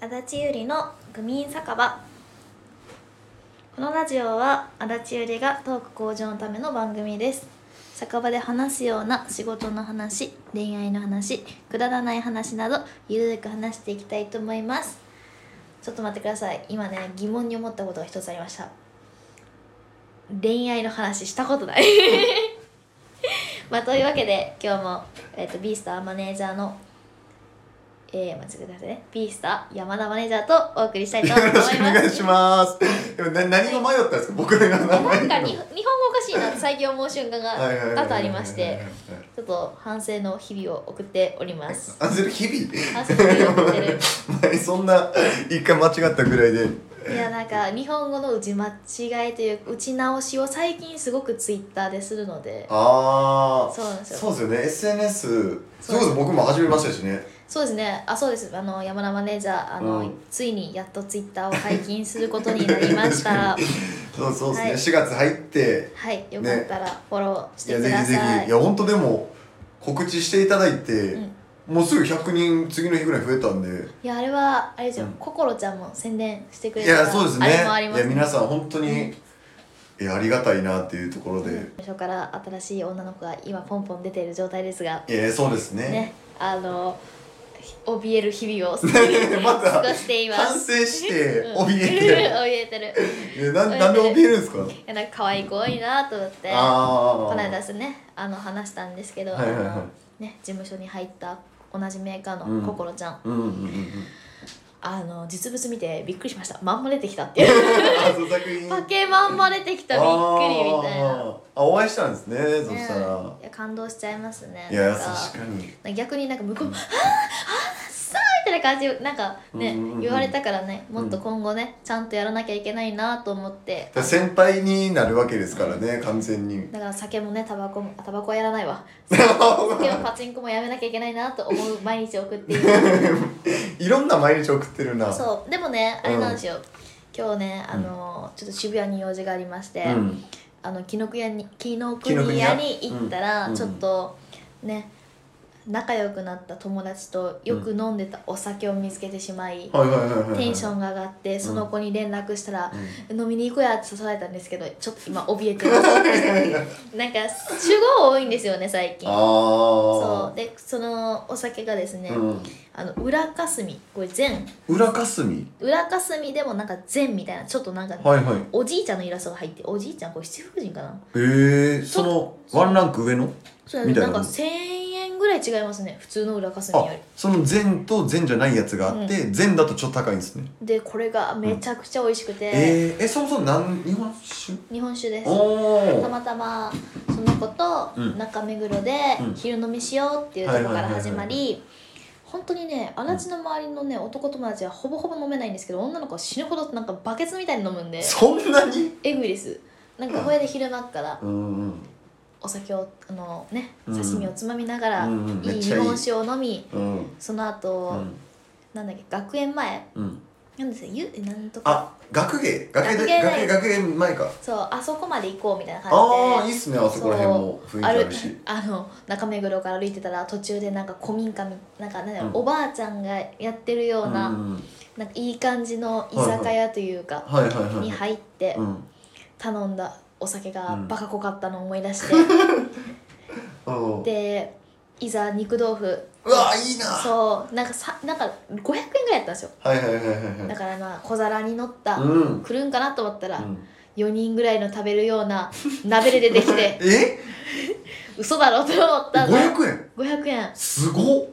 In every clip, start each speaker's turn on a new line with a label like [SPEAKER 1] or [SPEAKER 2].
[SPEAKER 1] 足立ゆりのグミン酒場このラジオは足立ゆりがトーク向上のための番組です酒場で話すような仕事の話恋愛の話くだらない話などゆるく話していきたいと思いますちょっと待ってください今ね疑問に思ったことが一つありました恋愛の話したことない まあというわけで今日も、えっとビースターマネージャーのえー、待ってくださいねビースター山田マネージャーとお送りしたいと
[SPEAKER 2] よ
[SPEAKER 1] 思いま
[SPEAKER 2] ろ
[SPEAKER 1] す
[SPEAKER 2] しくお願いします。 でもな何を迷ったんですか僕らが名
[SPEAKER 1] なんか
[SPEAKER 2] 前
[SPEAKER 1] に日本語おかしいなって最近思う瞬間
[SPEAKER 2] はいはいはいはいはいはい
[SPEAKER 1] が多々ありましてちょっと反省の日々を送っております
[SPEAKER 2] あそれ 日々
[SPEAKER 1] 反省の日々を送 ってる
[SPEAKER 2] 前そんな一回間違ったぐらいで
[SPEAKER 1] いやなんか日本語の打ち間違いという打ち直しを最近すごくツイッターでするので
[SPEAKER 2] ああ
[SPEAKER 1] そうなんです
[SPEAKER 2] そ
[SPEAKER 1] よ
[SPEAKER 2] うですよね SNS
[SPEAKER 1] そ
[SPEAKER 2] そうれこそ僕も始めましたしね
[SPEAKER 1] そうですねあそうですあの山田マネージャーあの、
[SPEAKER 2] うん
[SPEAKER 1] ついにやっとツイッターを解禁することになりました
[SPEAKER 2] そうそう
[SPEAKER 1] はい
[SPEAKER 2] ですね、4月入って
[SPEAKER 1] はいよかったらフォローし
[SPEAKER 2] い
[SPEAKER 1] て
[SPEAKER 2] や
[SPEAKER 1] く
[SPEAKER 2] ぜ
[SPEAKER 1] だ
[SPEAKER 2] ひぜ
[SPEAKER 1] さ
[SPEAKER 2] ひ
[SPEAKER 1] い
[SPEAKER 2] いや本当でも告知していただいて、
[SPEAKER 1] うん
[SPEAKER 2] もうすぐ100人次の日ぐらい増えたんで
[SPEAKER 1] いやあれはあれですよ、
[SPEAKER 2] うん
[SPEAKER 1] 心ちゃんも宣伝してくれ
[SPEAKER 2] い
[SPEAKER 1] たら
[SPEAKER 2] やそうですね
[SPEAKER 1] あれもあります
[SPEAKER 2] いや
[SPEAKER 1] ね
[SPEAKER 2] 皆さん本当に、
[SPEAKER 1] うん
[SPEAKER 2] いやありがたいなっていうところで、
[SPEAKER 1] 最初から新しい女の子が今ポンポン出ている状態ですが
[SPEAKER 2] いやそうです
[SPEAKER 1] ねあの怯える日々を過
[SPEAKER 2] また
[SPEAKER 1] ごしていま
[SPEAKER 2] 反
[SPEAKER 1] す
[SPEAKER 2] 省して
[SPEAKER 1] うん
[SPEAKER 2] 怯 え
[SPEAKER 1] 怯えてる
[SPEAKER 2] てるいやななんで怯えるんですか
[SPEAKER 1] いやなんか可愛い子多いなと思ってこ
[SPEAKER 2] あ
[SPEAKER 1] の
[SPEAKER 2] あ
[SPEAKER 1] 間ですねあの話したんですけど、
[SPEAKER 2] はいはいはい
[SPEAKER 1] あのね、事務所に入った同じメーカー
[SPEAKER 2] う
[SPEAKER 1] の
[SPEAKER 2] ん
[SPEAKER 1] 心ちゃん、
[SPEAKER 2] うんうんうんうん
[SPEAKER 1] あの実物見てびっくりしましたまんま出てきたっていう
[SPEAKER 2] あそう作品
[SPEAKER 1] パケまんま出てきたびっくりみたいな、
[SPEAKER 2] あーあお会いしたんですねそした
[SPEAKER 1] うん
[SPEAKER 2] ら
[SPEAKER 1] いや感動しちゃいますね
[SPEAKER 2] いや
[SPEAKER 1] なんか
[SPEAKER 2] 確かに
[SPEAKER 1] 逆になんか向こう「あーあーさあ」みたいな感じなんかね、
[SPEAKER 2] うんうんうん
[SPEAKER 1] 言われたからねもっと今後ね、ちゃんとやらなきゃいけないなと思って
[SPEAKER 2] 先輩になるわけですからね完全に
[SPEAKER 1] だから酒もねタバコもあタバコはやらない わ酒も
[SPEAKER 2] い
[SPEAKER 1] パチンコもやめなきゃいけないなと思う毎日送っている
[SPEAKER 2] ろんな毎日送ってるな
[SPEAKER 1] そうでもねあれなんですよ、今日ねあのー、ちょっと渋谷に用事がありまして、
[SPEAKER 2] うん
[SPEAKER 1] あの紀ノ国屋に紀ノ
[SPEAKER 2] 紀ノ
[SPEAKER 1] 国
[SPEAKER 2] 国
[SPEAKER 1] 屋
[SPEAKER 2] 屋
[SPEAKER 1] に行ったら、
[SPEAKER 2] うん
[SPEAKER 1] ちょっとね仲良くなった友達とよく飲んでたお酒を見つけてしまい、
[SPEAKER 2] はいはいはいはいはい
[SPEAKER 1] テンショ
[SPEAKER 2] ン
[SPEAKER 1] ンが上がってその子に連絡したら
[SPEAKER 2] う
[SPEAKER 1] 「
[SPEAKER 2] ん
[SPEAKER 1] 飲みに行こうや」って誘われたんですけどちょっと今怯え てますなんか主語多いんですよね最近そ
[SPEAKER 2] ああ
[SPEAKER 1] うでそのお酒がですね、
[SPEAKER 2] うん
[SPEAKER 1] あの裏霞これ全
[SPEAKER 2] 裏霞
[SPEAKER 1] 裏霞でもなんか全みたいなちょっとなんか、
[SPEAKER 2] はいはい
[SPEAKER 1] おじいちゃんのイラストが入っておじいちゃんこれ七福神かな
[SPEAKER 2] へえそのワンランク上の
[SPEAKER 1] そう
[SPEAKER 2] みたい
[SPEAKER 1] な
[SPEAKER 2] なん
[SPEAKER 1] か1000円ぐらい違いますね普通の裏霞
[SPEAKER 2] あ
[SPEAKER 1] より
[SPEAKER 2] その善と善じゃないやつがあって、善だとちょっと高いんですね
[SPEAKER 1] でこれがめちゃくちゃ美味しくて、
[SPEAKER 2] えー、えそもそも何日本酒
[SPEAKER 1] 日本酒です
[SPEAKER 2] お
[SPEAKER 1] た
[SPEAKER 2] ー
[SPEAKER 1] またまその子と
[SPEAKER 2] うん
[SPEAKER 1] 中目黒で
[SPEAKER 2] うん
[SPEAKER 1] 昼飲みしようっていうところから始ま
[SPEAKER 2] はいはいはいは
[SPEAKER 1] り本当にね足立の周りのね男友達はほぼほぼ飲めないんですけど女の子は死ぬほどなんかバケツみたいに飲むんで
[SPEAKER 2] そんなに
[SPEAKER 1] えぐいですなんかこれで昼間から
[SPEAKER 2] うんうん
[SPEAKER 1] お酒をあのね
[SPEAKER 2] うん
[SPEAKER 1] 刺身をつまみながら
[SPEAKER 2] うんうん
[SPEAKER 1] い
[SPEAKER 2] め
[SPEAKER 1] い
[SPEAKER 2] っ
[SPEAKER 1] 日
[SPEAKER 2] ちゃいい
[SPEAKER 1] 本酒を飲み
[SPEAKER 2] うん
[SPEAKER 1] その
[SPEAKER 2] う
[SPEAKER 1] 後
[SPEAKER 2] ん
[SPEAKER 1] なんだっけ学園前
[SPEAKER 2] うん
[SPEAKER 1] なんですかゆなんとか
[SPEAKER 2] あ学芸学芸
[SPEAKER 1] 学芸
[SPEAKER 2] で
[SPEAKER 1] だ
[SPEAKER 2] 学
[SPEAKER 1] よ
[SPEAKER 2] 芸学芸前か
[SPEAKER 1] そうあそこまで行こうみたいな
[SPEAKER 2] あ
[SPEAKER 1] 感
[SPEAKER 2] あ
[SPEAKER 1] じ
[SPEAKER 2] いい
[SPEAKER 1] で
[SPEAKER 2] っすねあそこら辺も雰囲気あるし
[SPEAKER 1] あの中目黒から歩いてたら途中でなんか古民家みなんか、ね
[SPEAKER 2] うん
[SPEAKER 1] おばあちゃんがやってるような,、
[SPEAKER 2] うんうん
[SPEAKER 1] なんかいい感じの居酒屋というか、
[SPEAKER 2] はいはいはい
[SPEAKER 1] に入って
[SPEAKER 2] うん
[SPEAKER 1] 頼んだお酒が
[SPEAKER 2] うん
[SPEAKER 1] バカ濃かったのを思い出して、
[SPEAKER 2] うん
[SPEAKER 1] でいざ肉豆腐
[SPEAKER 2] うわいいな
[SPEAKER 1] そうなんかさなんか500円ぐらいやったんですよ
[SPEAKER 2] はいはいはいはいは
[SPEAKER 1] だ
[SPEAKER 2] い
[SPEAKER 1] からまあ小皿に乗った、
[SPEAKER 2] うん
[SPEAKER 1] 来るんかなと思ったら、
[SPEAKER 2] うん
[SPEAKER 1] 4人ぐらいの食べるような鍋で出てき て
[SPEAKER 2] え
[SPEAKER 1] 嘘だろと思った
[SPEAKER 2] 五
[SPEAKER 1] の
[SPEAKER 2] 百円
[SPEAKER 1] 500円
[SPEAKER 2] すごっ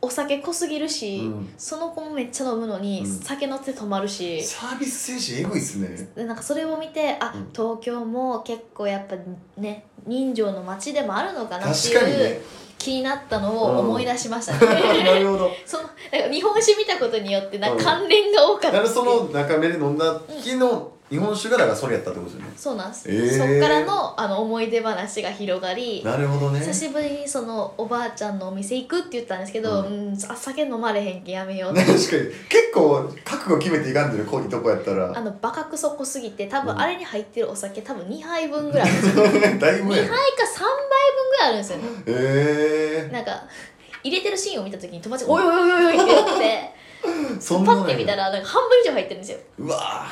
[SPEAKER 1] お酒濃すぎるし、
[SPEAKER 2] うん
[SPEAKER 1] その子もめっちゃ飲むのに、
[SPEAKER 2] うん
[SPEAKER 1] 酒の手止まるし
[SPEAKER 2] サービス精神エグいっすね
[SPEAKER 1] でなんかそれを見てあ、
[SPEAKER 2] うん
[SPEAKER 1] 東京も結構やっぱね人情の街でもあるのかなって
[SPEAKER 2] 確かに
[SPEAKER 1] い
[SPEAKER 2] ね
[SPEAKER 1] う気になったのを思い出しましたね、
[SPEAKER 2] なるほど
[SPEAKER 1] そのなんか日本酒見たことによってなん
[SPEAKER 2] うん
[SPEAKER 1] か関連が多かっ
[SPEAKER 2] だか
[SPEAKER 1] た
[SPEAKER 2] らその中目で飲んだ日の日本酒がだからそれやったってことですよね
[SPEAKER 1] そうなんです、
[SPEAKER 2] えー
[SPEAKER 1] そっからのあの思い出話が広がり
[SPEAKER 2] なるほどね
[SPEAKER 1] 久しぶりにそのおばあちゃんのお店行くって言ったんですけど、う、
[SPEAKER 2] うん
[SPEAKER 1] あ酒飲まれへんけんやめようって
[SPEAKER 2] 確かに結構覚悟決めていかんでるこういうとこやった
[SPEAKER 1] あ
[SPEAKER 2] ら
[SPEAKER 1] のバカクソ濃すぎて多分
[SPEAKER 2] うん
[SPEAKER 1] あれに入ってるお酒多分2杯分ぐらいあるんですよ
[SPEAKER 2] だい
[SPEAKER 1] 2
[SPEAKER 2] ぶ
[SPEAKER 1] 杯か
[SPEAKER 2] や
[SPEAKER 1] 3
[SPEAKER 2] ね
[SPEAKER 1] 杯分ぐらいあるんですよね
[SPEAKER 2] え
[SPEAKER 1] なんか入れてるシーンを見た時に友達が「おいおいおいおいおい」って言って
[SPEAKER 2] そん
[SPEAKER 1] パッ
[SPEAKER 2] なの
[SPEAKER 1] て
[SPEAKER 2] や
[SPEAKER 1] 見たらなんか半分以上入ってるんですよ
[SPEAKER 2] うわ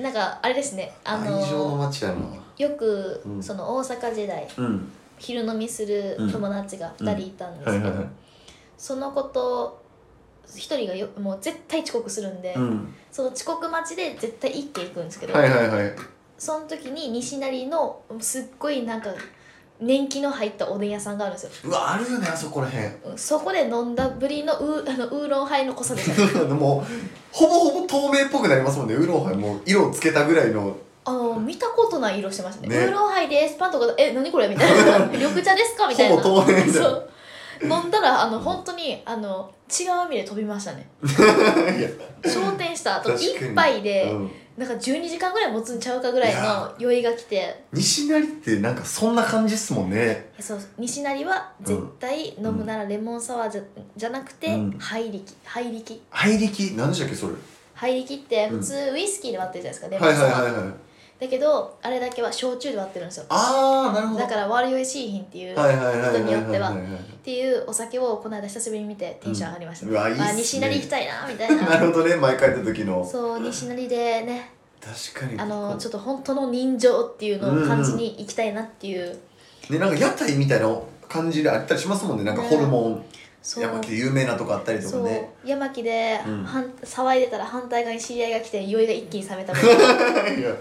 [SPEAKER 1] なんかあれですねあ
[SPEAKER 2] ー愛情の
[SPEAKER 1] の
[SPEAKER 2] 街やな
[SPEAKER 1] よく
[SPEAKER 2] うん
[SPEAKER 1] その大阪時代
[SPEAKER 2] うん
[SPEAKER 1] 昼飲みする友達が2人いたんです
[SPEAKER 2] は
[SPEAKER 1] け
[SPEAKER 2] い
[SPEAKER 1] ど、
[SPEAKER 2] はいはい
[SPEAKER 1] その子と1人がよもう絶対遅刻するんで、
[SPEAKER 2] うん
[SPEAKER 1] その遅刻待ちで絶対一軒行くんですけど、
[SPEAKER 2] はいはいはい
[SPEAKER 1] その時に西成のすっごいなんか年季の入ったおでん屋さんがあるんですよ
[SPEAKER 2] うわあるよねあそこらへん
[SPEAKER 1] うんそこで飲んだぶりのウーあのウーロンハイの濃さで した
[SPEAKER 2] もうほぼほぼ透明っぽくなりますもんねウーロンハイもう色をつけたぐらいの
[SPEAKER 1] あの見たことない色してましたね
[SPEAKER 2] ね
[SPEAKER 1] ウーロンハイですパンとかえ何これみたい な緑茶ですかみたいな
[SPEAKER 2] ほぼ透明みたい
[SPEAKER 1] そ
[SPEAKER 2] な
[SPEAKER 1] う飲んだらあの本当にあの違う味で飛びましたね
[SPEAKER 2] いや
[SPEAKER 1] 昇天した後
[SPEAKER 2] 確かに
[SPEAKER 1] 一杯で、
[SPEAKER 2] うん
[SPEAKER 1] なんか12時間ぐらい持つんちゃうかぐらい
[SPEAKER 2] い
[SPEAKER 1] の
[SPEAKER 2] や
[SPEAKER 1] 酔いが来て
[SPEAKER 2] 西成ってなんかそんな感じっすもんね
[SPEAKER 1] そう西成は絶対飲むならレモンサワーじゃ,、じゃなくて
[SPEAKER 2] うん
[SPEAKER 1] ハイリキハイリキ
[SPEAKER 2] 入り気何でしたっけそれは
[SPEAKER 1] ハイリキって普通ウイスキーで割ってるじゃないですか、
[SPEAKER 2] い
[SPEAKER 1] レモ
[SPEAKER 2] は
[SPEAKER 1] ン
[SPEAKER 2] い
[SPEAKER 1] サワー、
[SPEAKER 2] はいはい
[SPEAKER 1] だけどあれだけは焼酎で割ってるんですよ
[SPEAKER 2] ああなるほど
[SPEAKER 1] だから割り酔いしいひんっていう、
[SPEAKER 2] はいはいはいはい
[SPEAKER 1] ことによっては
[SPEAKER 2] はいはい
[SPEAKER 1] っていうお酒をこの間久しぶりに見てテンション上がりました、
[SPEAKER 2] うんうわいいっすね
[SPEAKER 1] あ西成行きたいなみたい
[SPEAKER 2] な
[SPEAKER 1] な
[SPEAKER 2] るほどね前帰った時の
[SPEAKER 1] そう西成でね
[SPEAKER 2] 確かに
[SPEAKER 1] あのちょっと本当の人情っていうのを感じに行きたいなっていう、
[SPEAKER 2] ねなんか屋台みたいな感じであったりしますもんねなんかホルモン
[SPEAKER 1] そう
[SPEAKER 2] 山木で有名なとこあったりとか
[SPEAKER 1] そう
[SPEAKER 2] ね
[SPEAKER 1] 山木で、
[SPEAKER 2] うん
[SPEAKER 1] はん騒いでたら反対側に知り合いが来て酔いが一気に冷めたみたいな
[SPEAKER 2] いや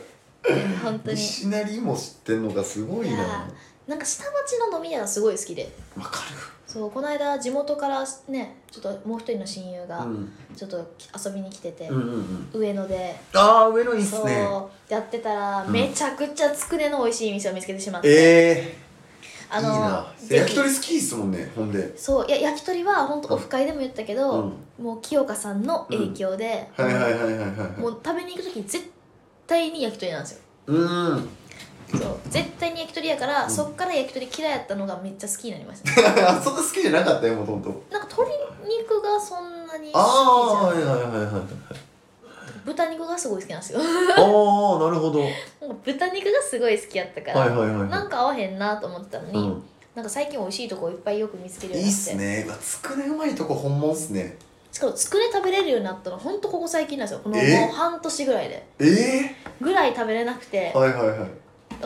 [SPEAKER 1] 本当に
[SPEAKER 2] 西成も知ってんのがすごい
[SPEAKER 1] い
[SPEAKER 2] な
[SPEAKER 1] やなんか下町の飲み屋がすごい好きで
[SPEAKER 2] わか
[SPEAKER 1] そうこの間地元からねちょっともう一人の親友
[SPEAKER 2] る
[SPEAKER 1] が
[SPEAKER 2] うん
[SPEAKER 1] ちょっとき遊びに来てて、
[SPEAKER 2] うんうんうん
[SPEAKER 1] 上野で
[SPEAKER 2] ああ上野いいっすね
[SPEAKER 1] そうやってたら
[SPEAKER 2] うん
[SPEAKER 1] めちゃくちゃつくねの美味しい店を見つけてしまって、
[SPEAKER 2] ええいいな
[SPEAKER 1] ぜひ
[SPEAKER 2] 焼き鳥好きっすもんねほんで
[SPEAKER 1] そういや焼き鳥は本当オフ会でも言ったけ
[SPEAKER 2] う
[SPEAKER 1] ど、
[SPEAKER 2] ん
[SPEAKER 1] もう清香さんの影響で、
[SPEAKER 2] はいはいはいはいはいはい
[SPEAKER 1] もう食べに行く時絶対に焼き鳥なんですよ
[SPEAKER 2] うん
[SPEAKER 1] そう絶対に焼き鳥やから、
[SPEAKER 2] うん
[SPEAKER 1] そっから焼き鳥嫌いやったのがめっちゃ好きになりました
[SPEAKER 2] あそこ好きじゃなかったよもともと
[SPEAKER 1] なんか鶏肉がそんなに
[SPEAKER 2] ああ
[SPEAKER 1] 好
[SPEAKER 2] は
[SPEAKER 1] き
[SPEAKER 2] い
[SPEAKER 1] じゃ
[SPEAKER 2] はい
[SPEAKER 1] ない
[SPEAKER 2] はいはいはい
[SPEAKER 1] 豚肉がすごい好きなんですよ
[SPEAKER 2] ああなるほどはい
[SPEAKER 1] なんか豚肉がすごい好きやったから、
[SPEAKER 2] はいはいはい
[SPEAKER 1] なんか合わへんなと思ってたのに、
[SPEAKER 2] うん
[SPEAKER 1] なんか最近美味しいとこいっぱいよく見つける
[SPEAKER 2] い
[SPEAKER 1] ように
[SPEAKER 2] い
[SPEAKER 1] なって
[SPEAKER 2] っすねうわつくねうまいとこ本物っすね
[SPEAKER 1] しかもつくね食べれるようになったのほんとここ最近なんですよこのも
[SPEAKER 2] え
[SPEAKER 1] う半年ぐらいで
[SPEAKER 2] ええ
[SPEAKER 1] ぐらい食べれなくて
[SPEAKER 2] はいはいはい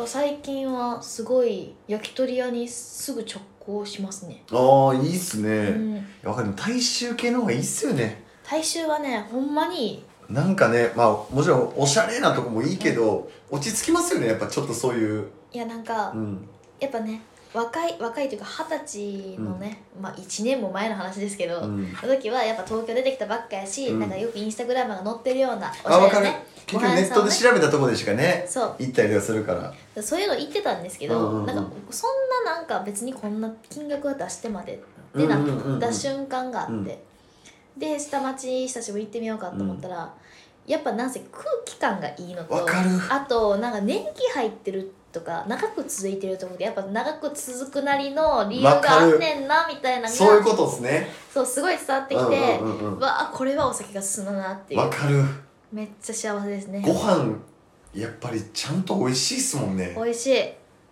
[SPEAKER 1] 最近はすごい焼き鳥屋にすぐ直行しますね、
[SPEAKER 2] ああいいっすね、
[SPEAKER 1] うん、
[SPEAKER 2] いやわかる大衆系の方がいいっすよね
[SPEAKER 1] 大衆はねほんまに
[SPEAKER 2] なんかねまあもちろんおしゃれなとこもいいけど、落ち着きますよねやっぱちょっとそういう
[SPEAKER 1] いやなんか、
[SPEAKER 2] うん
[SPEAKER 1] やっぱね若い若いというか二十歳のね、まあ1年も前の話ですけど、
[SPEAKER 2] うん
[SPEAKER 1] その時はやっぱ東京出てきたばっかやし、
[SPEAKER 2] うん
[SPEAKER 1] なんかよくインスタグラマーが載ってるようなお
[SPEAKER 2] あわ
[SPEAKER 1] しゃ
[SPEAKER 2] か
[SPEAKER 1] れ
[SPEAKER 2] る
[SPEAKER 1] ね
[SPEAKER 2] 結局ネットで調べたとこでしかね
[SPEAKER 1] そう
[SPEAKER 2] 行ったりとかするから
[SPEAKER 1] そういうの言ってたんですけど、
[SPEAKER 2] うんうんうん
[SPEAKER 1] なんかそんななんか別にこんな金額は出してまで
[SPEAKER 2] う
[SPEAKER 1] って
[SPEAKER 2] んう
[SPEAKER 1] なん
[SPEAKER 2] うんうん
[SPEAKER 1] った瞬間があって、
[SPEAKER 2] うん
[SPEAKER 1] で下町久しぶり行ってみようかと思ったら、やっぱなんせ空気感がいいのと
[SPEAKER 2] わかる
[SPEAKER 1] あとなんか年季入ってるとか長く続いてると思うけどやっぱ長く続くなりの理由があんねんなみたいなのが
[SPEAKER 2] そういうことですね
[SPEAKER 1] そうすごい伝わってきて、
[SPEAKER 2] うんうんうん
[SPEAKER 1] わあこれはお酒が進むなって
[SPEAKER 2] う
[SPEAKER 1] い
[SPEAKER 2] ん、
[SPEAKER 1] う
[SPEAKER 2] わかる
[SPEAKER 1] めっちゃ幸せですね
[SPEAKER 2] ご飯やっぱりちゃんと美味しいっすもんね
[SPEAKER 1] 美味しい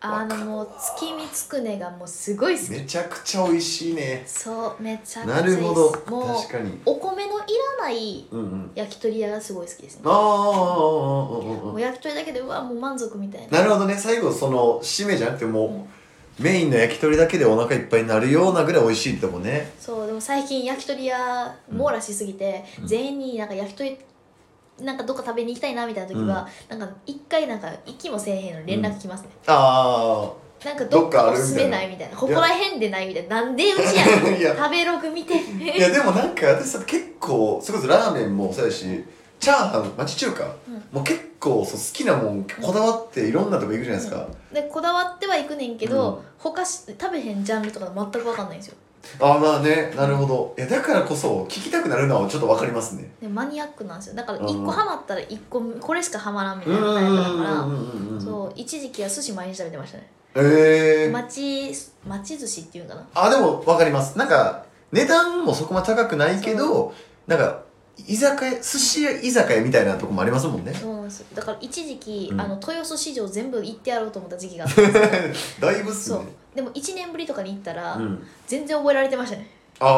[SPEAKER 1] あ
[SPEAKER 2] わか
[SPEAKER 1] の
[SPEAKER 2] るわ
[SPEAKER 1] もう月見つくねがもうすごい好き
[SPEAKER 2] めちゃくちゃ美味しいね
[SPEAKER 1] そうめちゃくちゃ
[SPEAKER 2] ない
[SPEAKER 1] いで
[SPEAKER 2] る
[SPEAKER 1] す
[SPEAKER 2] ほど
[SPEAKER 1] も
[SPEAKER 2] 確かに
[SPEAKER 1] うお米のいらない
[SPEAKER 2] うんうん
[SPEAKER 1] 焼き鳥屋がすごい好きですね
[SPEAKER 2] あーあーあーあーあー
[SPEAKER 1] もう焼き鳥だけでうわもう満足みたいな
[SPEAKER 2] なるほどね最後その締めじゃなくてもうメインの焼き鳥だけでお腹いっぱいになるようなぐらい美味しいってもね
[SPEAKER 1] そうでも最近焼き鳥屋網羅しすぎて、
[SPEAKER 2] うん
[SPEAKER 1] 全員になんか焼き鳥なんかどっか食べに行きたいなみたいな時は、なんか一回なんか息もせえへんのに連絡来ますね、
[SPEAKER 2] あ
[SPEAKER 1] なんかどっか
[SPEAKER 2] どっかある
[SPEAKER 1] おすすめないみたいなここら辺でないみたいななんでうちや
[SPEAKER 2] あ いや
[SPEAKER 1] 食べログ見て
[SPEAKER 2] いやでもなんか私さ結構それこそラーメンもそうやしチャーハン町中華、
[SPEAKER 1] うん
[SPEAKER 2] もう結構そう好きなもんこだわっていろんなとこ行くじゃないですか、
[SPEAKER 1] でこだわってはいくねんけど、
[SPEAKER 2] うん
[SPEAKER 1] 他し食べへんジャンルとか全く分かんないんですよ
[SPEAKER 2] ああまあねなるほどいやだからこそ聞きたくなるのはちょっとわかりますね
[SPEAKER 1] でマニアックなんですよだから
[SPEAKER 2] うん
[SPEAKER 1] 一個ハマったら一個これしかハマらんみた
[SPEAKER 2] う
[SPEAKER 1] い
[SPEAKER 2] ん
[SPEAKER 1] な
[SPEAKER 2] うんう
[SPEAKER 1] タイプだか
[SPEAKER 2] んう
[SPEAKER 1] ら
[SPEAKER 2] んうんうん
[SPEAKER 1] そう一時期は寿司毎日食べてましたね
[SPEAKER 2] ええー、
[SPEAKER 1] 町町寿司っていうんかな
[SPEAKER 2] あでもわかりますなんか値段もそこまで高くないけどなんか居酒屋寿司屋居酒屋みたいなとこもありますもんね
[SPEAKER 1] そうなんですよだから一時期、
[SPEAKER 2] うん
[SPEAKER 1] あの豊洲市場全部行ってやろうと思った時期があったんですけど
[SPEAKER 2] だいぶっす
[SPEAKER 1] そう
[SPEAKER 2] ね
[SPEAKER 1] でも1年ぶりとかに行ったら、
[SPEAKER 2] うん
[SPEAKER 1] 全然覚えられてましたね
[SPEAKER 2] ああ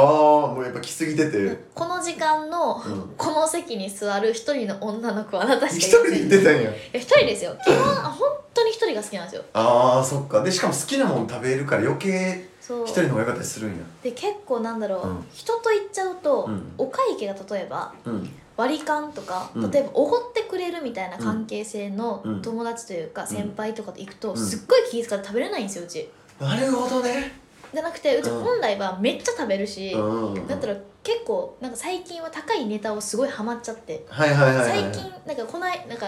[SPEAKER 2] もうやっぱ来すぎてて、
[SPEAKER 1] この時間の
[SPEAKER 2] うん
[SPEAKER 1] この席に座る一人の女の子はあなた
[SPEAKER 2] 一
[SPEAKER 1] しか
[SPEAKER 2] 人
[SPEAKER 1] いませんい
[SPEAKER 2] で行ってたんや
[SPEAKER 1] や一人ですよ基本あ本当に一人が好きなんですよ
[SPEAKER 2] ああそっかでしかも好きなもん食べるから余計
[SPEAKER 1] そう
[SPEAKER 2] 一人の方が良かったりするんや
[SPEAKER 1] で結構なんだろう、
[SPEAKER 2] うん
[SPEAKER 1] 人と行っちゃうと、
[SPEAKER 2] うん
[SPEAKER 1] お会計が例えば
[SPEAKER 2] うん
[SPEAKER 1] 割り勘とか、
[SPEAKER 2] うん
[SPEAKER 1] 例えばおごってくれるみたいな関係性の
[SPEAKER 2] うん
[SPEAKER 1] 友達というか、先輩とかと行くと、
[SPEAKER 2] うん
[SPEAKER 1] すっごい気遣って食べれないんですようち
[SPEAKER 2] なるほどね
[SPEAKER 1] じゃなくてうち
[SPEAKER 2] うん
[SPEAKER 1] 本来はめっちゃ食べるし、
[SPEAKER 2] うん
[SPEAKER 1] だったら結構なんか最近は高いネタをすごいハマっちゃって、
[SPEAKER 2] はいはいはい、はい、
[SPEAKER 1] 最近なんかこないなんか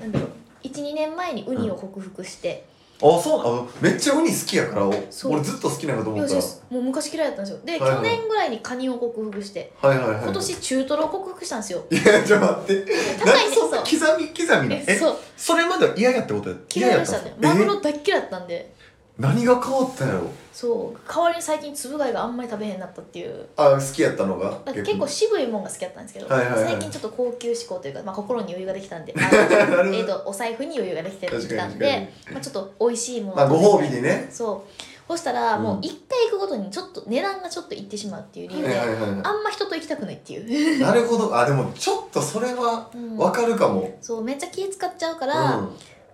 [SPEAKER 1] なんだろう12年前にウニを克服して、
[SPEAKER 2] あそうあめっちゃウニ好きやからお
[SPEAKER 1] そう
[SPEAKER 2] 俺ずっと好きなのと
[SPEAKER 1] い
[SPEAKER 2] 思
[SPEAKER 1] や
[SPEAKER 2] ったら
[SPEAKER 1] もう昔嫌いだったんですよで、
[SPEAKER 2] はいはい
[SPEAKER 1] 去年ぐらいにカニを克服して
[SPEAKER 2] はいはいはい
[SPEAKER 1] 今年中トロを克服したんですよ
[SPEAKER 2] いやちょっと待って
[SPEAKER 1] 高
[SPEAKER 2] なん
[SPEAKER 1] い
[SPEAKER 2] で
[SPEAKER 1] ね
[SPEAKER 2] そんな刻み刻みな
[SPEAKER 1] え
[SPEAKER 2] のえ
[SPEAKER 1] そう
[SPEAKER 2] それまでは嫌やってことや
[SPEAKER 1] 嫌い
[SPEAKER 2] や
[SPEAKER 1] で
[SPEAKER 2] っ
[SPEAKER 1] したた
[SPEAKER 2] ん
[SPEAKER 1] ね
[SPEAKER 2] す
[SPEAKER 1] マ
[SPEAKER 2] か
[SPEAKER 1] グロ大っ嫌いだったんで
[SPEAKER 2] え何が変わったんやろ
[SPEAKER 1] そう代わりに最近つぶ貝があんまり食べへんなったっていう
[SPEAKER 2] あ好きやったのが
[SPEAKER 1] なんか結構渋いもんが好きだったんですけど、
[SPEAKER 2] はいはいはい
[SPEAKER 1] 最近ちょっと高級志向というか、まあ、心に余裕ができたん で
[SPEAKER 2] なるほど
[SPEAKER 1] えーとお財布に余裕ができて
[SPEAKER 2] 確か
[SPEAKER 1] き
[SPEAKER 2] に
[SPEAKER 1] たん
[SPEAKER 2] 確かに
[SPEAKER 1] で、まあ、ちょっと美味しいもの
[SPEAKER 2] まあご褒美
[SPEAKER 1] で
[SPEAKER 2] にね
[SPEAKER 1] そうそしたらもう
[SPEAKER 2] うん
[SPEAKER 1] 1回行くごとにちょっと値段がちょっといってしまうっていう理
[SPEAKER 2] はい
[SPEAKER 1] 由
[SPEAKER 2] は
[SPEAKER 1] で、
[SPEAKER 2] いは
[SPEAKER 1] あんま人と行きたくないっていう、
[SPEAKER 2] いなるほどあでもちょっとそれは
[SPEAKER 1] うん
[SPEAKER 2] わかるかも、
[SPEAKER 1] そうめっちゃ気使っちゃうか
[SPEAKER 2] う
[SPEAKER 1] ら、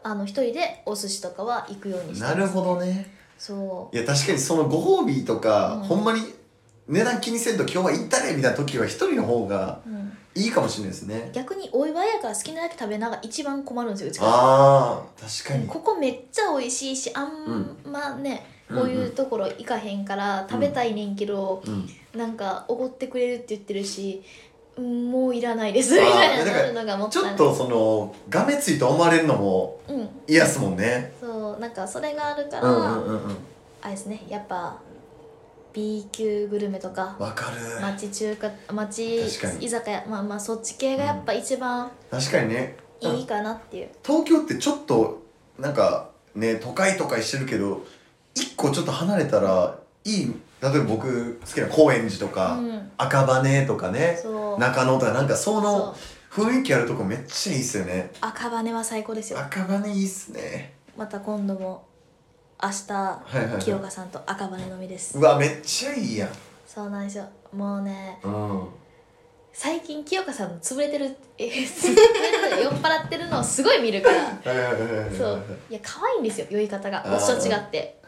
[SPEAKER 1] あの一人でお寿司とかは行くように
[SPEAKER 2] ん、
[SPEAKER 1] して
[SPEAKER 2] なるほどね
[SPEAKER 1] そう
[SPEAKER 2] いや確かにそのご褒美とか、
[SPEAKER 1] うん
[SPEAKER 2] ほんまに値段気にせんと今日は行ったねみたいな時は一人の方が
[SPEAKER 1] うん、
[SPEAKER 2] いいかもしれないですね
[SPEAKER 1] 逆にお祝いやから好きなだけ食べなが一番困るんですようちが
[SPEAKER 2] あー確かに
[SPEAKER 1] ここめっちゃ美味しいしあんまね、こういうところ行かへんから食べたいねんけど、
[SPEAKER 2] うん、
[SPEAKER 1] なんかおごってくれるって言ってるしうんもういらないですみたい
[SPEAKER 2] あ
[SPEAKER 1] な
[SPEAKER 2] ーだから
[SPEAKER 1] なるのがもっ
[SPEAKER 2] ち
[SPEAKER 1] たい
[SPEAKER 2] ょ
[SPEAKER 1] ない
[SPEAKER 2] っとそのがめついと思われるのも
[SPEAKER 1] うん
[SPEAKER 2] 嫌っすもんね
[SPEAKER 1] そうなんかそれがあるか
[SPEAKER 2] う
[SPEAKER 1] ら、
[SPEAKER 2] んうんうんうん
[SPEAKER 1] あれですねやっぱ B 級グルメとか
[SPEAKER 2] わかる
[SPEAKER 1] 町中華町
[SPEAKER 2] 確かに
[SPEAKER 1] 居酒屋まあまあそっち系がやっぱ一番
[SPEAKER 2] 確かにね
[SPEAKER 1] いいかなっていう、
[SPEAKER 2] 東京ってちょっとなんかね都会都会してるけど一個ちょっと離れたらいい例えば僕好きな高円寺と
[SPEAKER 1] う
[SPEAKER 2] か、
[SPEAKER 1] ん、
[SPEAKER 2] 赤羽とかね
[SPEAKER 1] そう
[SPEAKER 2] 中野とかなんか
[SPEAKER 1] そ
[SPEAKER 2] そ
[SPEAKER 1] う
[SPEAKER 2] の雰囲気あるとこめっちゃいいっすよね
[SPEAKER 1] 赤羽は最高ですよ
[SPEAKER 2] 赤羽いいっすね
[SPEAKER 1] また今度も明日
[SPEAKER 2] はいはい、
[SPEAKER 1] 清
[SPEAKER 2] はい、
[SPEAKER 1] 香さんと赤羽飲みです
[SPEAKER 2] うわめっちゃいいやん
[SPEAKER 1] そうなんですよもうね
[SPEAKER 2] うん
[SPEAKER 1] 最近清香さんの潰れてるえ潰 れてる酔っ払ってるのをすごい見るから
[SPEAKER 2] はいはいはいはい
[SPEAKER 1] そういや可愛いんですよ酔い方が
[SPEAKER 2] あー
[SPEAKER 1] 私と違 って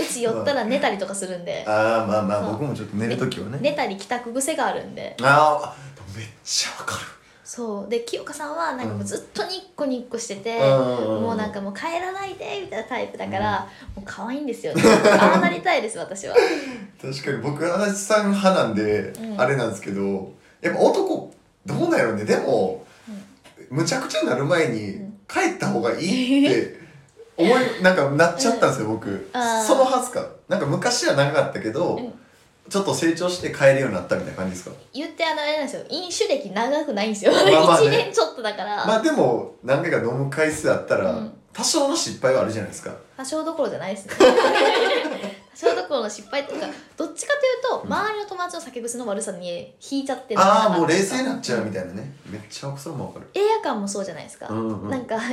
[SPEAKER 1] うち酔ったら寝たりとかするんで
[SPEAKER 2] ああまあま
[SPEAKER 1] そ
[SPEAKER 2] あ
[SPEAKER 1] う
[SPEAKER 2] 僕もちょっと寝るときはね
[SPEAKER 1] 寝たり帰宅癖があるんで
[SPEAKER 2] あーあめっちゃわか
[SPEAKER 1] そうで清香さんはなんかもうずっとニッコニッコしてて、
[SPEAKER 2] る、うん
[SPEAKER 1] もうなん
[SPEAKER 2] か
[SPEAKER 1] かもう帰らないでみたいなタイプだから、もう可愛いんですよねああなりたいです私は
[SPEAKER 2] 確かに僕足立さん派なんで、
[SPEAKER 1] うん
[SPEAKER 2] あれなんですけどやっぱ男どうなんやろねでも、むちゃくちゃになる前に
[SPEAKER 1] うん
[SPEAKER 2] 帰った方がいい って思いなんかなっちゃったんですよ、僕
[SPEAKER 1] あー
[SPEAKER 2] そのはずかなんか昔は長かったけど、
[SPEAKER 1] うん
[SPEAKER 2] ちょっと成長して帰るようになったみたいな感じですか
[SPEAKER 1] 言ってあのあれなんですよ飲酒歴長くないんですよ、
[SPEAKER 2] まあまあね
[SPEAKER 1] 1年ちょっとだから、
[SPEAKER 2] まあでも何回か飲む回数あったら、
[SPEAKER 1] うん
[SPEAKER 2] 多少の失敗はあるじゃないですか
[SPEAKER 1] 多少どころじゃない ですね多少どころの失敗とかどっちかというと周りの友達の酒癖の悪さに引いちゃって
[SPEAKER 2] ああもう冷静になっちゃうみ
[SPEAKER 1] い
[SPEAKER 2] たいなね、めっちゃそれもわかる
[SPEAKER 1] 映画館もそうじゃないですか、
[SPEAKER 2] うんうん
[SPEAKER 1] なんか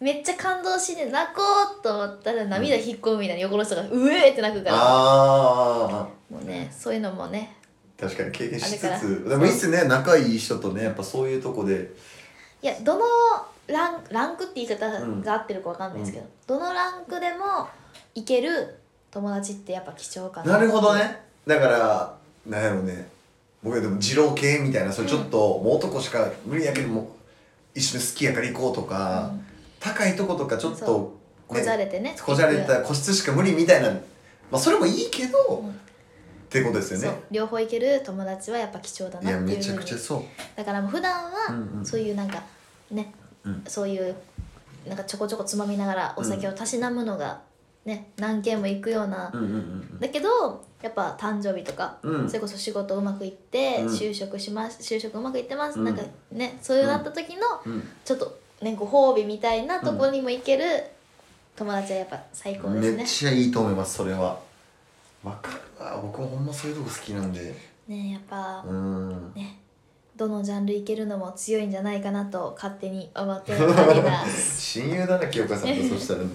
[SPEAKER 1] めっちゃ感動して泣こうと思ったら涙引っ込むみたいな横の人がうえーって泣くから
[SPEAKER 2] ああ
[SPEAKER 1] もうねそういうのもね
[SPEAKER 2] 確かに経験し
[SPEAKER 1] あれか
[SPEAKER 2] つつでもいいっすね仲いい人とねやっぱそういうとこで
[SPEAKER 1] いやどのランランクって言い方が合ってるかわかんないですけど、どのランクでもいける友達ってやっぱ貴重かな
[SPEAKER 2] なるほどねだからなんやろうね僕はでも二郎系みたいなそれちょっと、もう男しか無理やけどもう一緒に好きやから行こうとか、
[SPEAKER 1] うん
[SPEAKER 2] 高いとことかちょっ
[SPEAKER 1] そう
[SPEAKER 2] と
[SPEAKER 1] こじゃれてね
[SPEAKER 2] こじゃれた個室しか無理みたいなまあそれもいいけど、
[SPEAKER 1] うん
[SPEAKER 2] ってことですよ
[SPEAKER 1] そう
[SPEAKER 2] ね
[SPEAKER 1] 両方いける友達はやっぱ貴重だ
[SPEAKER 2] いや
[SPEAKER 1] なっていう
[SPEAKER 2] めち
[SPEAKER 1] ふ
[SPEAKER 2] ゃ
[SPEAKER 1] う
[SPEAKER 2] く
[SPEAKER 1] に
[SPEAKER 2] ちゃそう
[SPEAKER 1] だからもう普段
[SPEAKER 2] うんう
[SPEAKER 1] は
[SPEAKER 2] ん
[SPEAKER 1] そういうなんかね、
[SPEAKER 2] うん
[SPEAKER 1] そういうなんかちょこちょこつまみながらお酒をたしなむのがね、何軒も行くような、
[SPEAKER 2] うんうんうん
[SPEAKER 1] だけどやっぱ誕生日とか、
[SPEAKER 2] うん
[SPEAKER 1] それこそ仕事うまくいって、
[SPEAKER 2] うん
[SPEAKER 1] 就職します就職うまくいってます、
[SPEAKER 2] うん
[SPEAKER 1] なんかねそういうなった時の
[SPEAKER 2] うん
[SPEAKER 1] ちょっとねご褒美みたいなとこにも行ける友達はやっぱ最高です
[SPEAKER 2] めっ
[SPEAKER 1] ね。
[SPEAKER 2] ちゃいいと思いますそれはわかるわ僕もほんまそういうとこ好きなんで
[SPEAKER 1] ねやっぱ、
[SPEAKER 2] う ーん
[SPEAKER 1] ね、どのジャンルいけるのも強いんじゃないかなと勝手 に思っております
[SPEAKER 2] 親友だな清香さんとそしたらね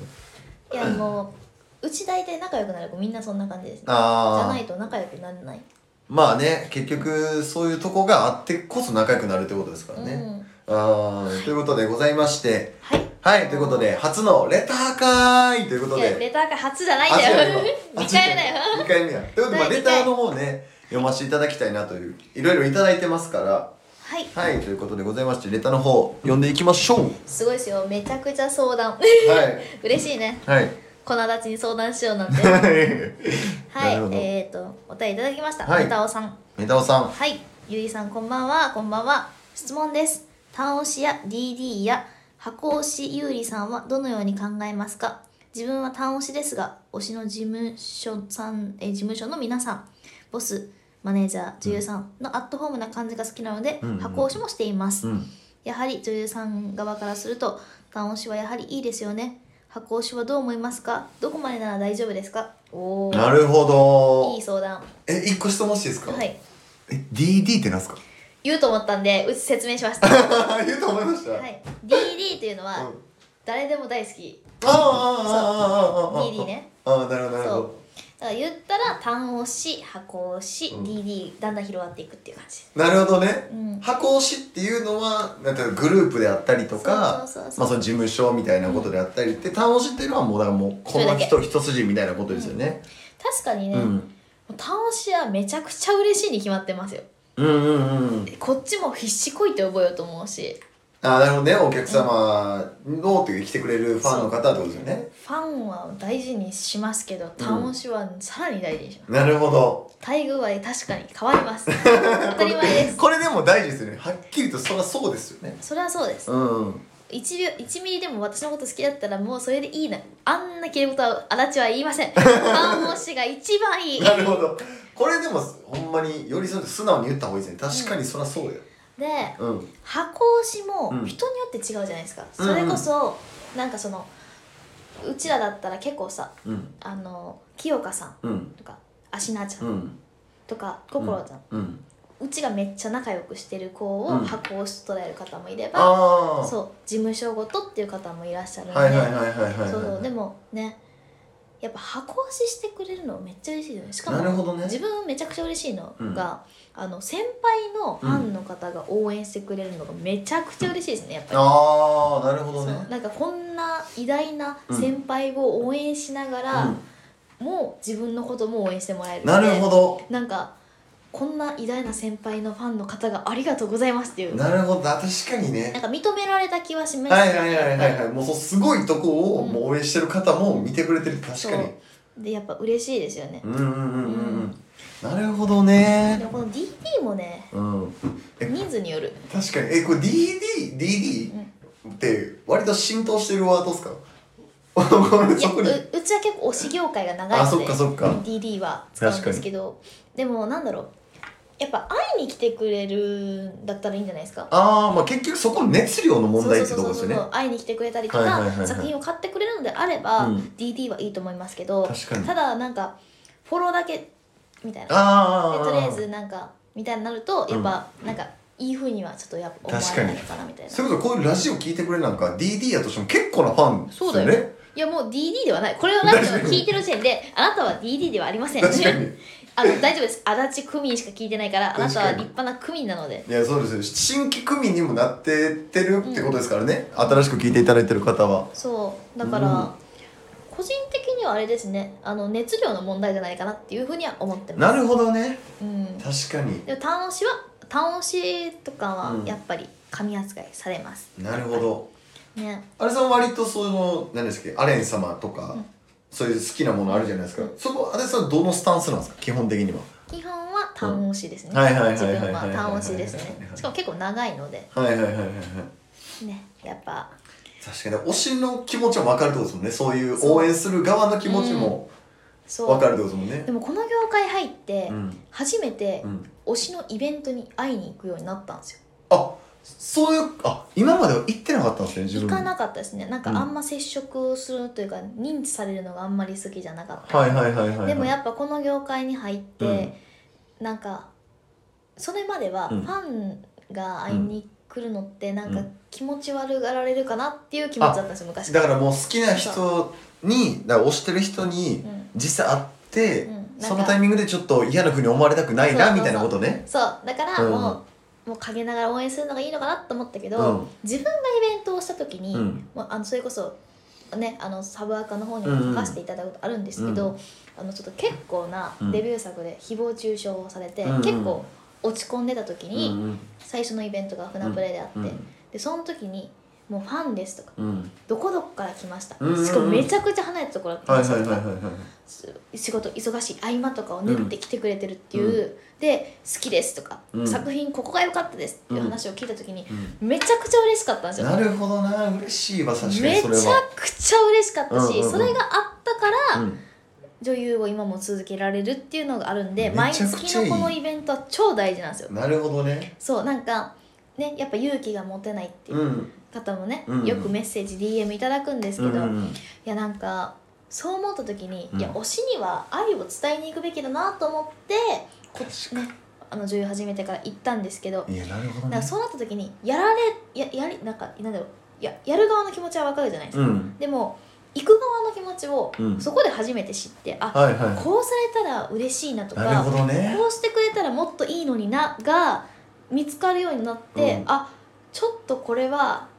[SPEAKER 1] いやもうち大体仲良くなる子みんなそんな感じですねじゃ
[SPEAKER 2] あ
[SPEAKER 1] ない
[SPEAKER 2] あ
[SPEAKER 1] と仲良くならない、
[SPEAKER 2] まあね結局そういうとこがあってこそ仲良くなるってことですか
[SPEAKER 1] う
[SPEAKER 2] らね、
[SPEAKER 1] ん、
[SPEAKER 2] あーということでございまして
[SPEAKER 1] はい
[SPEAKER 2] はいということで初のレター会ということ
[SPEAKER 1] いやレ
[SPEAKER 2] で
[SPEAKER 1] ターが初じゃないんだ よ
[SPEAKER 2] あ違
[SPEAKER 1] 2
[SPEAKER 2] う
[SPEAKER 1] 回目だよ
[SPEAKER 2] 2回目やということで、ま
[SPEAKER 1] 第
[SPEAKER 2] あ、レ
[SPEAKER 1] 二
[SPEAKER 2] タ
[SPEAKER 1] 回
[SPEAKER 2] ーの方ね読ませていただきたいなといういろいろいただいてますから
[SPEAKER 1] はい
[SPEAKER 2] はいということでございましてレターの方読んでいきましょう
[SPEAKER 1] すごいですよめちゃくちゃ相談
[SPEAKER 2] はい
[SPEAKER 1] 嬉しいね
[SPEAKER 2] はい
[SPEAKER 1] 粉立ちに相談しよう なんては
[SPEAKER 2] はいいなるほど
[SPEAKER 1] えっ、ー、とお便りいただきました、
[SPEAKER 2] はい
[SPEAKER 1] メタオさん
[SPEAKER 2] メタオさん
[SPEAKER 1] はい、ゆいさんこんばんは、こんばんは。質問です。単押しや DD や箱押し有利さんはどのように考えますか自分は単押しですが、推しの事務所さん、えー事務所の皆さん、ボス、マネージャー、女優さんのアットホームな感じが好きなので、
[SPEAKER 2] うんうんうん
[SPEAKER 1] 箱押しもしています。
[SPEAKER 2] うん
[SPEAKER 1] やはり女優さん側からすると、単押しはやはりいいですよね。箱押しはどう思いますかどこまでなら大丈夫ですかお
[SPEAKER 2] な
[SPEAKER 1] ー、
[SPEAKER 2] るほ
[SPEAKER 1] いい
[SPEAKER 2] ど
[SPEAKER 1] 相談。
[SPEAKER 2] え一個質問していいですか
[SPEAKER 1] はい。
[SPEAKER 2] え DD ってなんすか
[SPEAKER 1] 言うと思ったんで、うち説明しました。
[SPEAKER 2] 言うと思いました
[SPEAKER 1] はい DD というのは
[SPEAKER 2] うん
[SPEAKER 1] 誰でも大好き
[SPEAKER 2] ああああああああああ
[SPEAKER 1] DD ね
[SPEAKER 2] ああなるほどなるほ
[SPEAKER 1] そう
[SPEAKER 2] ど
[SPEAKER 1] だから言ったら単押し箱押し、
[SPEAKER 2] うん
[SPEAKER 1] DD だんだん広がっていくっていう感じ
[SPEAKER 2] なるほどね、
[SPEAKER 1] うん
[SPEAKER 2] 箱推しっていうのはなんていうのグループであったりとか
[SPEAKER 1] そうそうそうそう
[SPEAKER 2] まあその事務所みたいなことであったりって単押しっていうのはもうだからもうこの人一筋みたいなことですよね、
[SPEAKER 1] 確かに
[SPEAKER 2] う
[SPEAKER 1] ね、
[SPEAKER 2] ん
[SPEAKER 1] もう単押しはめちゃくちゃ嬉しいに決まってますよ
[SPEAKER 2] うん、うんうんうん
[SPEAKER 1] こっちも必死こいて覚えようと思うし
[SPEAKER 2] ああなるほどねお客様のっていう来てくれるファンの方ってことですよね
[SPEAKER 1] ファンは大事にしますけど単押しはさらに大事にします、
[SPEAKER 2] なるほど
[SPEAKER 1] 待遇は確かに変わります 当たり前です
[SPEAKER 2] これでも 大事ですよねはっきりとそりゃそうですよね
[SPEAKER 1] それはそうです
[SPEAKER 2] うん
[SPEAKER 1] 1, 秒1ミリでも私のこと好きだったらもうそれでいいなあんな切れ事は足立は言いませ ん半押しが一番いい
[SPEAKER 2] なるほどこれでもほんまに寄り添って素直に言った方がいいですね確かにそりゃそうだよ
[SPEAKER 1] で
[SPEAKER 2] うん
[SPEAKER 1] 箱押しも
[SPEAKER 2] うん
[SPEAKER 1] 人によって違うじゃないですか、
[SPEAKER 2] うんう
[SPEAKER 1] そ
[SPEAKER 2] ん
[SPEAKER 1] れこそなんかそのうちらだったら結構さ
[SPEAKER 2] うん
[SPEAKER 1] あの清香さん
[SPEAKER 2] うん
[SPEAKER 1] とかアシナちゃ
[SPEAKER 2] うんん
[SPEAKER 1] とか心ちゃん、
[SPEAKER 2] うん
[SPEAKER 1] うちがめっちゃ仲良くしてる子を
[SPEAKER 2] うん
[SPEAKER 1] 箱押しと捉える方もいれば、
[SPEAKER 2] ああ
[SPEAKER 1] そう事務所ごとっていう方もいらっしゃるので、
[SPEAKER 2] はいはいはいはいはいはい
[SPEAKER 1] そうそうでもねやっぱ箱押ししてくれるのめっちゃ嬉しいよねしかも
[SPEAKER 2] なるほどね
[SPEAKER 1] 自分めちゃくちゃ嬉しいのが、あの先輩のファンの方が応援してくれるのがめちゃくちゃ嬉しいですねやっぱり。
[SPEAKER 2] ああなるほ
[SPEAKER 1] そ
[SPEAKER 2] どね
[SPEAKER 1] うなんかこんな偉大な先輩を応援しながら、もう自分のことも応援してもらえ
[SPEAKER 2] う
[SPEAKER 1] る
[SPEAKER 2] ん、なるほど
[SPEAKER 1] どなんかこんな偉大な先輩のファンの方がありがとうございますっていうな
[SPEAKER 2] なるほど確かに
[SPEAKER 1] ん
[SPEAKER 2] ね
[SPEAKER 1] か認められた気はします
[SPEAKER 2] はいはいはいはい
[SPEAKER 1] や
[SPEAKER 2] は
[SPEAKER 1] っ
[SPEAKER 2] いもうそうすごいとこを
[SPEAKER 1] うん
[SPEAKER 2] もう応援してる方も見てくれてる
[SPEAKER 1] ぱり
[SPEAKER 2] 確
[SPEAKER 1] そ
[SPEAKER 2] かに
[SPEAKER 1] うでやっぱ嬉しいですよね、
[SPEAKER 2] うんうんうんうんう
[SPEAKER 1] うん
[SPEAKER 2] なるほど
[SPEAKER 1] で
[SPEAKER 2] ね
[SPEAKER 1] もこの DT もね
[SPEAKER 2] うんえ
[SPEAKER 1] 人数による、
[SPEAKER 2] 確かにえこれ DDDD
[SPEAKER 1] うん
[SPEAKER 2] って割と浸透してるワードっすか
[SPEAKER 1] いや
[SPEAKER 2] ごめん そうこに
[SPEAKER 1] うちは結構推し業界が長いの
[SPEAKER 2] あ
[SPEAKER 1] で
[SPEAKER 2] そっかそっか
[SPEAKER 1] DD は使うんですけどでもなんだろうやっぱ会いに来てくれるんだったらいいんじゃないですか
[SPEAKER 2] ああまあ結局そこの熱量の問題ってとこですよね
[SPEAKER 1] 会いに来てくれたりとか、
[SPEAKER 2] はいはいはいはい
[SPEAKER 1] 作品を買ってくれるのであれば、
[SPEAKER 2] うん
[SPEAKER 1] DD はいいと思いますけど
[SPEAKER 2] 確かに
[SPEAKER 1] ただなんかフォローだけみたいな
[SPEAKER 2] あ
[SPEAKER 1] で
[SPEAKER 2] あ
[SPEAKER 1] とりあえずなんかみたいになるとやっぱなんかいいふうにはちょっとやっぱ思われないのかなみたいな
[SPEAKER 2] それこそこういうラジオ聞いてくれるなんか DD やとしても結構なファンです
[SPEAKER 1] そ
[SPEAKER 2] よ
[SPEAKER 1] うだ
[SPEAKER 2] ね
[SPEAKER 1] よねいやもう DD ではないこれをラジオを聞いてる時点で あなたは DD ではありません
[SPEAKER 2] 確かに
[SPEAKER 1] あの大丈夫です足立区民しか聞いてないからあなたは立派な区民なので
[SPEAKER 2] いやそうですよ新規組にもなってってるってことですからね、新しく聞いていただいてる方は
[SPEAKER 1] そうだから、
[SPEAKER 2] うん
[SPEAKER 1] 個人的にはあれですねあの熱量の問題じゃないかなっていうふうには思ってます
[SPEAKER 2] なるほどね
[SPEAKER 1] うん、で
[SPEAKER 2] 確かに
[SPEAKER 1] も単押しは単押しとか
[SPEAKER 2] う
[SPEAKER 1] は
[SPEAKER 2] ん
[SPEAKER 1] やっぱり紙扱いされます、
[SPEAKER 2] なるほど
[SPEAKER 1] ね
[SPEAKER 2] あれさん割とその何ですっけアレン様とか、
[SPEAKER 1] うん
[SPEAKER 2] そういう好きなものあるじゃないですか、そこあれさんどのスタンスなんですか基本的には
[SPEAKER 1] 基本は単押しですね、
[SPEAKER 2] うんはいはいはいはい
[SPEAKER 1] 自
[SPEAKER 2] はい
[SPEAKER 1] 分は単押しです
[SPEAKER 2] はいはい
[SPEAKER 1] ね
[SPEAKER 2] はい
[SPEAKER 1] しかも結構長いので
[SPEAKER 2] はいはいはいはいはい
[SPEAKER 1] ねやっぱ
[SPEAKER 2] 確かに推しの気持ちも分かるってことですもんねそういう
[SPEAKER 1] そう
[SPEAKER 2] 応援する側の気持ちも
[SPEAKER 1] そ
[SPEAKER 2] 分
[SPEAKER 1] う
[SPEAKER 2] かるってことですもんね
[SPEAKER 1] でもこの業界入って
[SPEAKER 2] うん、
[SPEAKER 1] 初めて
[SPEAKER 2] うん、
[SPEAKER 1] 推しのイベントに会いに行くようになったんですよ
[SPEAKER 2] あそういうあ今までは行ってなかったんですね自
[SPEAKER 1] 行
[SPEAKER 2] 分
[SPEAKER 1] かなかったですねなんか
[SPEAKER 2] うん
[SPEAKER 1] あんま接触するというか認知されるのがあんまり好きじゃなかった、
[SPEAKER 2] はいはいはいはい、はい、
[SPEAKER 1] でもやっぱこの業界に入って、なんかそれまでは
[SPEAKER 2] う
[SPEAKER 1] フ
[SPEAKER 2] ん
[SPEAKER 1] ァンが会いに来るのってなんか
[SPEAKER 2] うん
[SPEAKER 1] 気持ち悪がられるかなっていう気持ちだったんですよ昔
[SPEAKER 2] だ
[SPEAKER 1] か
[SPEAKER 2] かららもう好きな人にだから推してる人に
[SPEAKER 1] うん
[SPEAKER 2] 実際会って、
[SPEAKER 1] うんなんか
[SPEAKER 2] そのタイミングでちょっと嫌なふうに思われたくない
[SPEAKER 1] そ
[SPEAKER 2] な
[SPEAKER 1] うそうそう
[SPEAKER 2] みたいなことね
[SPEAKER 1] そうだから
[SPEAKER 2] うん
[SPEAKER 1] もう、もう陰ながら応援するのがいいのかなと思ったけど、
[SPEAKER 2] うん
[SPEAKER 1] 自分がイベントをした時に、
[SPEAKER 2] うん
[SPEAKER 1] もうあのそれこそ、ね、あのサブアカの方にも書かせていただくことあるんですけど、
[SPEAKER 2] う
[SPEAKER 1] あのちょっと結構な
[SPEAKER 2] うん
[SPEAKER 1] デビュー作で誹謗中傷をされて、
[SPEAKER 2] うんうん
[SPEAKER 1] 結構落ち込んでた時に、
[SPEAKER 2] うん
[SPEAKER 1] 最初のイベントが船プレであって、
[SPEAKER 2] うん
[SPEAKER 1] でその時に「もうファンです」とか
[SPEAKER 2] うんうん
[SPEAKER 1] 「どこどこから来ました」
[SPEAKER 2] うんうんうん
[SPEAKER 1] しかもめちゃくちゃ離れたところから来
[SPEAKER 2] はい
[SPEAKER 1] まし
[SPEAKER 2] は
[SPEAKER 1] た
[SPEAKER 2] いはい
[SPEAKER 1] と
[SPEAKER 2] はい
[SPEAKER 1] か
[SPEAKER 2] は
[SPEAKER 1] 仕事忙しい合間とかを縫って来てくれてるっていう、で好きですとか、
[SPEAKER 2] うん
[SPEAKER 1] 作品ここが良かったですっていう話を聞いた時に
[SPEAKER 2] い、うん
[SPEAKER 1] めちゃくちゃ嬉しかったんですよ
[SPEAKER 2] なるほどな嬉しいわ確かに
[SPEAKER 1] めち
[SPEAKER 2] そ
[SPEAKER 1] ゃ
[SPEAKER 2] れは
[SPEAKER 1] くちゃ嬉しかったし、
[SPEAKER 2] うんうんうん
[SPEAKER 1] それがあったから、
[SPEAKER 2] うん
[SPEAKER 1] 女優を今も続けられるっていうのがあるんで
[SPEAKER 2] め
[SPEAKER 1] 毎
[SPEAKER 2] ちゃく
[SPEAKER 1] 月
[SPEAKER 2] ちゃいい
[SPEAKER 1] のこのイベントは超大事なんですよ
[SPEAKER 2] なるほどね
[SPEAKER 1] そうなんかねやっぱ勇気が持てないっていう
[SPEAKER 2] うん
[SPEAKER 1] 方もね、
[SPEAKER 2] うん
[SPEAKER 1] よくメッセージ DM いただくんです
[SPEAKER 2] うん
[SPEAKER 1] け
[SPEAKER 2] う
[SPEAKER 1] ど、
[SPEAKER 2] ん
[SPEAKER 1] いやなんかそう思った時に、
[SPEAKER 2] うん
[SPEAKER 1] いや推しには愛を伝えに行くべきだなと思ってこ
[SPEAKER 2] 確
[SPEAKER 1] ね、あの女優始めてから行ったんですけど
[SPEAKER 2] いやなるほど
[SPEAKER 1] なん
[SPEAKER 2] ね
[SPEAKER 1] かそうなった時にやられややりなんかなんだろうややる側の気持ちはわかるじゃないですか、
[SPEAKER 2] うん
[SPEAKER 1] でも行く側の気持ちを
[SPEAKER 2] うん
[SPEAKER 1] そこで初めて知って、あ
[SPEAKER 2] はいは
[SPEAKER 1] こうされたら嬉しいなと
[SPEAKER 2] いなる
[SPEAKER 1] か
[SPEAKER 2] ほどね
[SPEAKER 1] こうしてくれたらもっといいのになが見つかるようになって、
[SPEAKER 2] うん
[SPEAKER 1] あちょっとこれは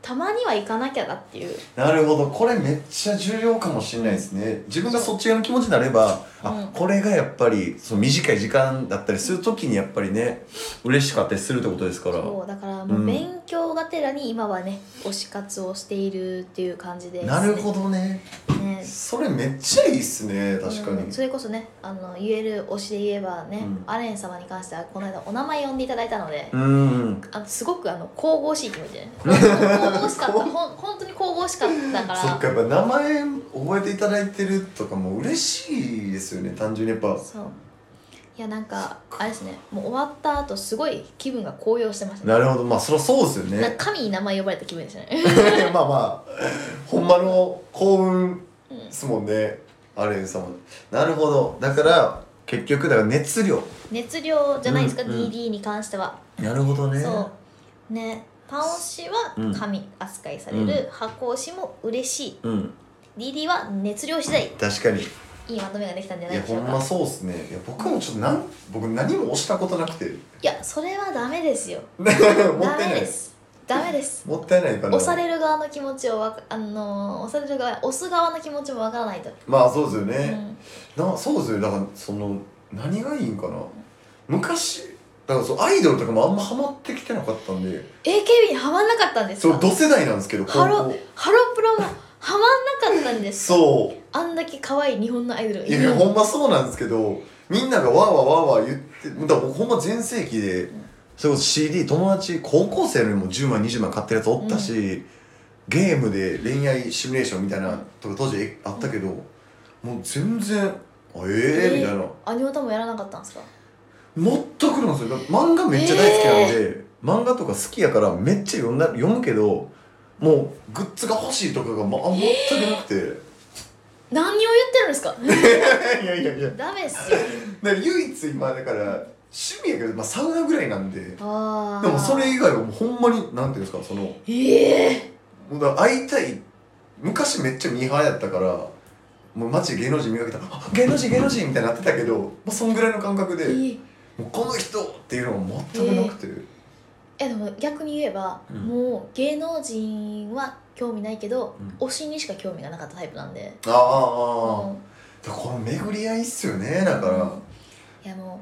[SPEAKER 1] たまには行かなきゃだっていう
[SPEAKER 2] なるほどこれめっちゃ重要かもしれないですね自分がそっち側の気持ちになれば、
[SPEAKER 1] うん
[SPEAKER 2] あこれがやっぱりその短い時間だったりする時にやっぱりね嬉しかったりするってことですから
[SPEAKER 1] そうだからもううん勉強がてらに今はね推し活をしているっていう感じです、ね、
[SPEAKER 2] なるほどね
[SPEAKER 1] ね
[SPEAKER 2] それめっちゃいいっすね確かに、
[SPEAKER 1] うんそれこそねあの言える推しで言えばね、
[SPEAKER 2] うん
[SPEAKER 1] アレン様に関してはこの間お名前呼んでいただいたので、
[SPEAKER 2] うん
[SPEAKER 1] あのすごくあの神々しい気持ち で神々しかったほん本当に神々しかったか
[SPEAKER 2] そっ
[SPEAKER 1] ら
[SPEAKER 2] かやっぱ名前覚えていただいてるとかも嬉しいですよね単純にやっぱ
[SPEAKER 1] そういやなんかあれですねもう終わった後すごい気分が高揚してましたね
[SPEAKER 2] なるほどまあそりゃそうですよ
[SPEAKER 1] なん
[SPEAKER 2] ね
[SPEAKER 1] か神に名前呼ばれた気分でしたね
[SPEAKER 2] まあまあほんまの幸運
[SPEAKER 1] うん
[SPEAKER 2] ですもんねアレン様なるほどだから結局だから熱量
[SPEAKER 1] 熱量じゃないですか、
[SPEAKER 2] うんうん
[SPEAKER 1] DD に関しては
[SPEAKER 2] なるほどね
[SPEAKER 1] そうねパン推しは
[SPEAKER 2] うん
[SPEAKER 1] 神扱いされる、箱推しも嬉しい
[SPEAKER 2] うん、
[SPEAKER 1] DD は熱量次第
[SPEAKER 2] 確かにい
[SPEAKER 1] いいまとめができたんじゃない
[SPEAKER 2] や
[SPEAKER 1] でし
[SPEAKER 2] ほ
[SPEAKER 1] ょうんかい
[SPEAKER 2] ま
[SPEAKER 1] や,、
[SPEAKER 2] そうっすねいや僕もちょっとなん僕何も押したことなくて
[SPEAKER 1] それはダメですよ
[SPEAKER 2] 持って
[SPEAKER 1] ダ
[SPEAKER 2] な
[SPEAKER 1] メ
[SPEAKER 2] い
[SPEAKER 1] で
[SPEAKER 2] です
[SPEAKER 1] すダメです
[SPEAKER 2] もったいないから
[SPEAKER 1] 押される側の気持ちをわかあのー押される側押す側の気持ちもわからないと、
[SPEAKER 2] まあそうですよ
[SPEAKER 1] う
[SPEAKER 2] ね、
[SPEAKER 1] ん、
[SPEAKER 2] なそうですよだからその何がいいんかな昔だからそうアイドルとかもあんまハマってきてなかったんで
[SPEAKER 1] AKB にはまんなかったんです
[SPEAKER 2] そう
[SPEAKER 1] か
[SPEAKER 2] 同世代なんですけど
[SPEAKER 1] ハロ
[SPEAKER 2] 高校
[SPEAKER 1] ハロプロもはまんなかったんですか
[SPEAKER 2] そう
[SPEAKER 1] あんだけ可愛い日本のアイドルがい
[SPEAKER 2] い
[SPEAKER 1] る
[SPEAKER 2] や
[SPEAKER 1] のに
[SPEAKER 2] ほんまそうなんですけどみんながわーわーわーわー言ってだから僕ほんま全盛期で
[SPEAKER 1] ん
[SPEAKER 2] それこそ CD 友達高校生よりも10万20万買ってるやつおったし、ゲームで恋愛シミュレーションみたいなとか当時えあったけど、もう全然「あええー」みたいな
[SPEAKER 1] アニオタもやらなかったんですか
[SPEAKER 2] 全くなんですよだから漫画めっちゃ大好きなんで、漫画とか好きやからめっちゃ読んだ読むけどもうグッズが欲しいとかが、まあ、全くなくて、
[SPEAKER 1] 何を言ってるんですか
[SPEAKER 2] いやいやいや
[SPEAKER 1] ダメっすよ
[SPEAKER 2] だから唯一今だから趣味やけど、まあ、サウナぐらいなんで
[SPEAKER 1] あー
[SPEAKER 2] でもそれ以外はもうほんまになんていうんですかそのも
[SPEAKER 1] ええ
[SPEAKER 2] うだから会いたい昔めっちゃミーハーやったからもう街で芸能人見かけたらあ「芸能人芸能人」みたいになってたけど、まあ、そんぐらいの感覚で
[SPEAKER 1] いい
[SPEAKER 2] もうこの人っていうのが全くなくて、
[SPEAKER 1] えでも逆に言えば、
[SPEAKER 2] うん
[SPEAKER 1] もう芸能人は興味ないけど、
[SPEAKER 2] う
[SPEAKER 1] 推しにしか興味がなかったタイプなんで
[SPEAKER 2] ああああ、
[SPEAKER 1] うん
[SPEAKER 2] だからこの巡り合いっすよねだから、
[SPEAKER 1] うんいやも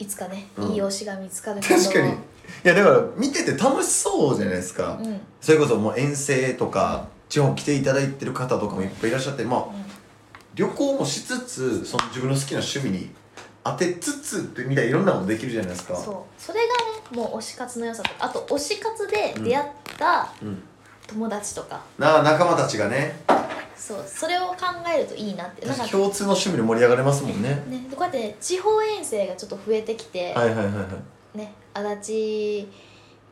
[SPEAKER 1] ういつかね、
[SPEAKER 2] うん
[SPEAKER 1] いい推しが見つかる
[SPEAKER 2] 確かにいやだから見てて楽しそうじゃないですか、
[SPEAKER 1] うん、うん
[SPEAKER 2] それこそもう遠征とか地方来ていただいてる方とかもいっぱいいらっしゃってまあ旅行もしつつその自分の好きな趣味に当てつつってみたいないろんなことできるじゃないですか
[SPEAKER 1] そうそれがねもう推し活の良さとあと推し活で出会った
[SPEAKER 2] う、ん、
[SPEAKER 1] 友達とか、
[SPEAKER 2] な仲間たちがね
[SPEAKER 1] そうそれを考えるといいなってなん
[SPEAKER 2] 確
[SPEAKER 1] か
[SPEAKER 2] かに共通の趣味で盛り上がれますもんね
[SPEAKER 1] ね、こうやって、ね、地方遠征がちょっと増えてきて、
[SPEAKER 2] はいはいはいはい、
[SPEAKER 1] ね、足立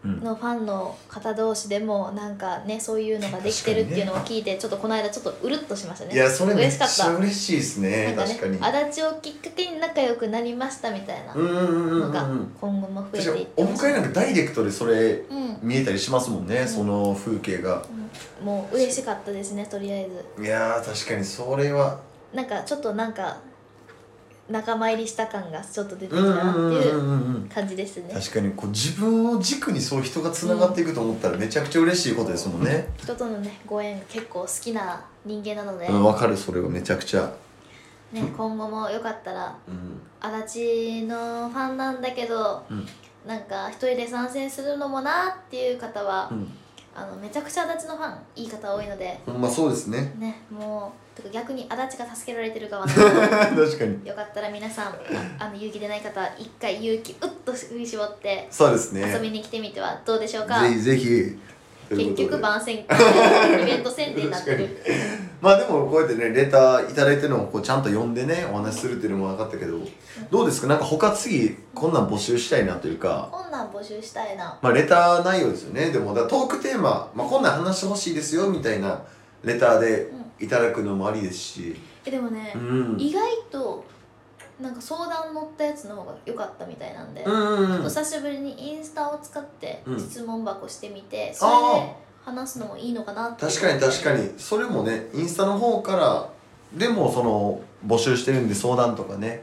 [SPEAKER 2] うん、
[SPEAKER 1] のファンの方同士でもなんかねそういうのができてるっていうのを聞いて、ちょっとこの間ちょっとうるっとしましたね
[SPEAKER 2] いやそれめっ
[SPEAKER 1] 嬉し
[SPEAKER 2] ち
[SPEAKER 1] かっ
[SPEAKER 2] ゃ
[SPEAKER 1] た
[SPEAKER 2] 嬉しいですね
[SPEAKER 1] なん
[SPEAKER 2] 確かに
[SPEAKER 1] ね足立をきっかけに仲良くなりましたみたいな
[SPEAKER 2] うんうんうんう
[SPEAKER 1] の
[SPEAKER 2] ん
[SPEAKER 1] が
[SPEAKER 2] うん
[SPEAKER 1] 今後も増え
[SPEAKER 2] 確か
[SPEAKER 1] ていっ
[SPEAKER 2] に
[SPEAKER 1] て
[SPEAKER 2] お
[SPEAKER 1] ほしい
[SPEAKER 2] 迎えなんかダイレクトでそれ
[SPEAKER 1] うん、うん
[SPEAKER 2] 見えたりしますもんね、
[SPEAKER 1] ん
[SPEAKER 2] その風景が
[SPEAKER 1] もう嬉しかったですねとりあえず
[SPEAKER 2] いやー確かにそれは
[SPEAKER 1] なんかちょっとなんか仲間入りした感がちょっと出てきた
[SPEAKER 2] うんう
[SPEAKER 1] なって
[SPEAKER 2] ん
[SPEAKER 1] い
[SPEAKER 2] うん
[SPEAKER 1] ううん
[SPEAKER 2] うん
[SPEAKER 1] 感じですね
[SPEAKER 2] 確かにこう自分を軸にそう人がつながっていくと思ったらめちゃくちゃ嬉しいことですもんね
[SPEAKER 1] 人とのねご縁が結構好きな人間なので、
[SPEAKER 2] うんわかるそれはめちゃくちゃ
[SPEAKER 1] ね、今後もよかったら
[SPEAKER 2] うん
[SPEAKER 1] 足立のファンなんだけど
[SPEAKER 2] うん
[SPEAKER 1] なんか一人で参戦するのもなっていう方は、
[SPEAKER 2] うん
[SPEAKER 1] あのめちゃくちゃ足立のファンいい方多いので
[SPEAKER 2] ほんまそうですね
[SPEAKER 1] ねもうてか逆に足立が助けられてる側
[SPEAKER 2] 確かに
[SPEAKER 1] よかったら皆さんああの勇気出ない方は一回勇気うっと振り絞って
[SPEAKER 2] そうですね
[SPEAKER 1] 遊びに来てみてはどうでしょうか、
[SPEAKER 2] ぜひぜひとい
[SPEAKER 1] 結
[SPEAKER 2] うことで
[SPEAKER 1] 局番宣イベント宣伝になってる
[SPEAKER 2] 確かにまあでもこうやってねレターいただいてるのをこうちゃんと読んでねお話しするっていうのも分かったけどどうですかなんか他次こんなん募集したいなというか
[SPEAKER 1] こんなん募集したいな
[SPEAKER 2] まあレター内容ですよねでもだからトークテーマ、まあ、こんなん話してほしいですよみたいなレターでいただくのもありですし
[SPEAKER 1] えでもね、
[SPEAKER 2] うん
[SPEAKER 1] 意外となんか相談乗ったやつの方が良かったみたいなんで、
[SPEAKER 2] うんうんうん
[SPEAKER 1] 久しぶりにインスタを使って
[SPEAKER 2] うん
[SPEAKER 1] 質問箱してみて、それで
[SPEAKER 2] あ
[SPEAKER 1] 話すのもいいのかなって
[SPEAKER 2] 確かに確か
[SPEAKER 1] に
[SPEAKER 2] にそれもねインスタの方からでもその募集してるんで相談とかね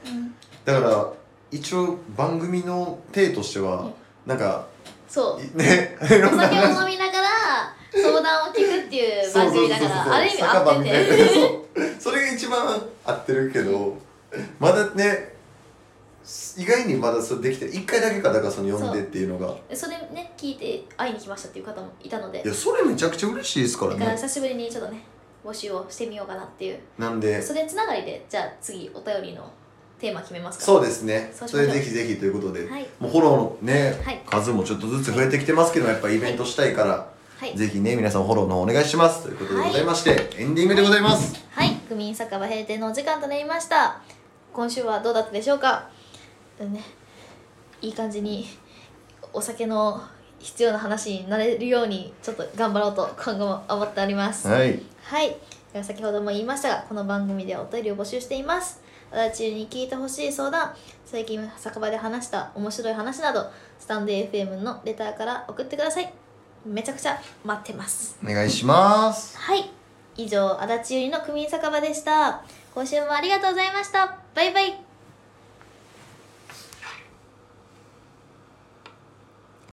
[SPEAKER 2] だから一応番組の体としてはなんか
[SPEAKER 1] そう
[SPEAKER 2] いねお
[SPEAKER 1] お酒を飲みながら相談を聞くっていう番組だからある意味合ってて
[SPEAKER 2] そうそれが一番合ってるけどまだね意外にまだそれできて一回だけかだからその呼んでっていうのが
[SPEAKER 1] それね聞いて会いに来ましたっていう方もいたので
[SPEAKER 2] いやそれめちゃくちゃ嬉しいですから
[SPEAKER 1] だから
[SPEAKER 2] ね
[SPEAKER 1] 久しぶりにちょっとね募集をしてみようかなっていう
[SPEAKER 2] なんで
[SPEAKER 1] それつながりでじゃあ次お便りのテーマ決めますか
[SPEAKER 2] そうですね
[SPEAKER 1] そうし
[SPEAKER 2] そ
[SPEAKER 1] まし
[SPEAKER 2] れ
[SPEAKER 1] ょう
[SPEAKER 2] ぜひぜひということで
[SPEAKER 1] はい
[SPEAKER 2] もうフォローのね
[SPEAKER 1] はい
[SPEAKER 2] 数もちょっとずつ増えてきてますけどやっぱイベントしたいから
[SPEAKER 1] はい
[SPEAKER 2] ぜひね皆さんフォローの方お願いしますということでございましてエンディングでございます
[SPEAKER 1] はい、グミン酒場閉店のお時間となりました。今週はどうだったでしょうか。うんね、いい感じにお酒の必要な話になれるようにちょっと頑張ろうと今後も思っております。
[SPEAKER 2] はい
[SPEAKER 1] はい、では先ほども言いましたが、この番組ではお便りを募集しています。足立に聞いてほしい相談、最近酒場で話した面白い話など、スタンド FM のレターから送ってください。めちゃくちゃ待ってます。
[SPEAKER 2] お願いします
[SPEAKER 1] はい以上足立ゆりの区民酒場でした今週もありがとうございましたバイバイ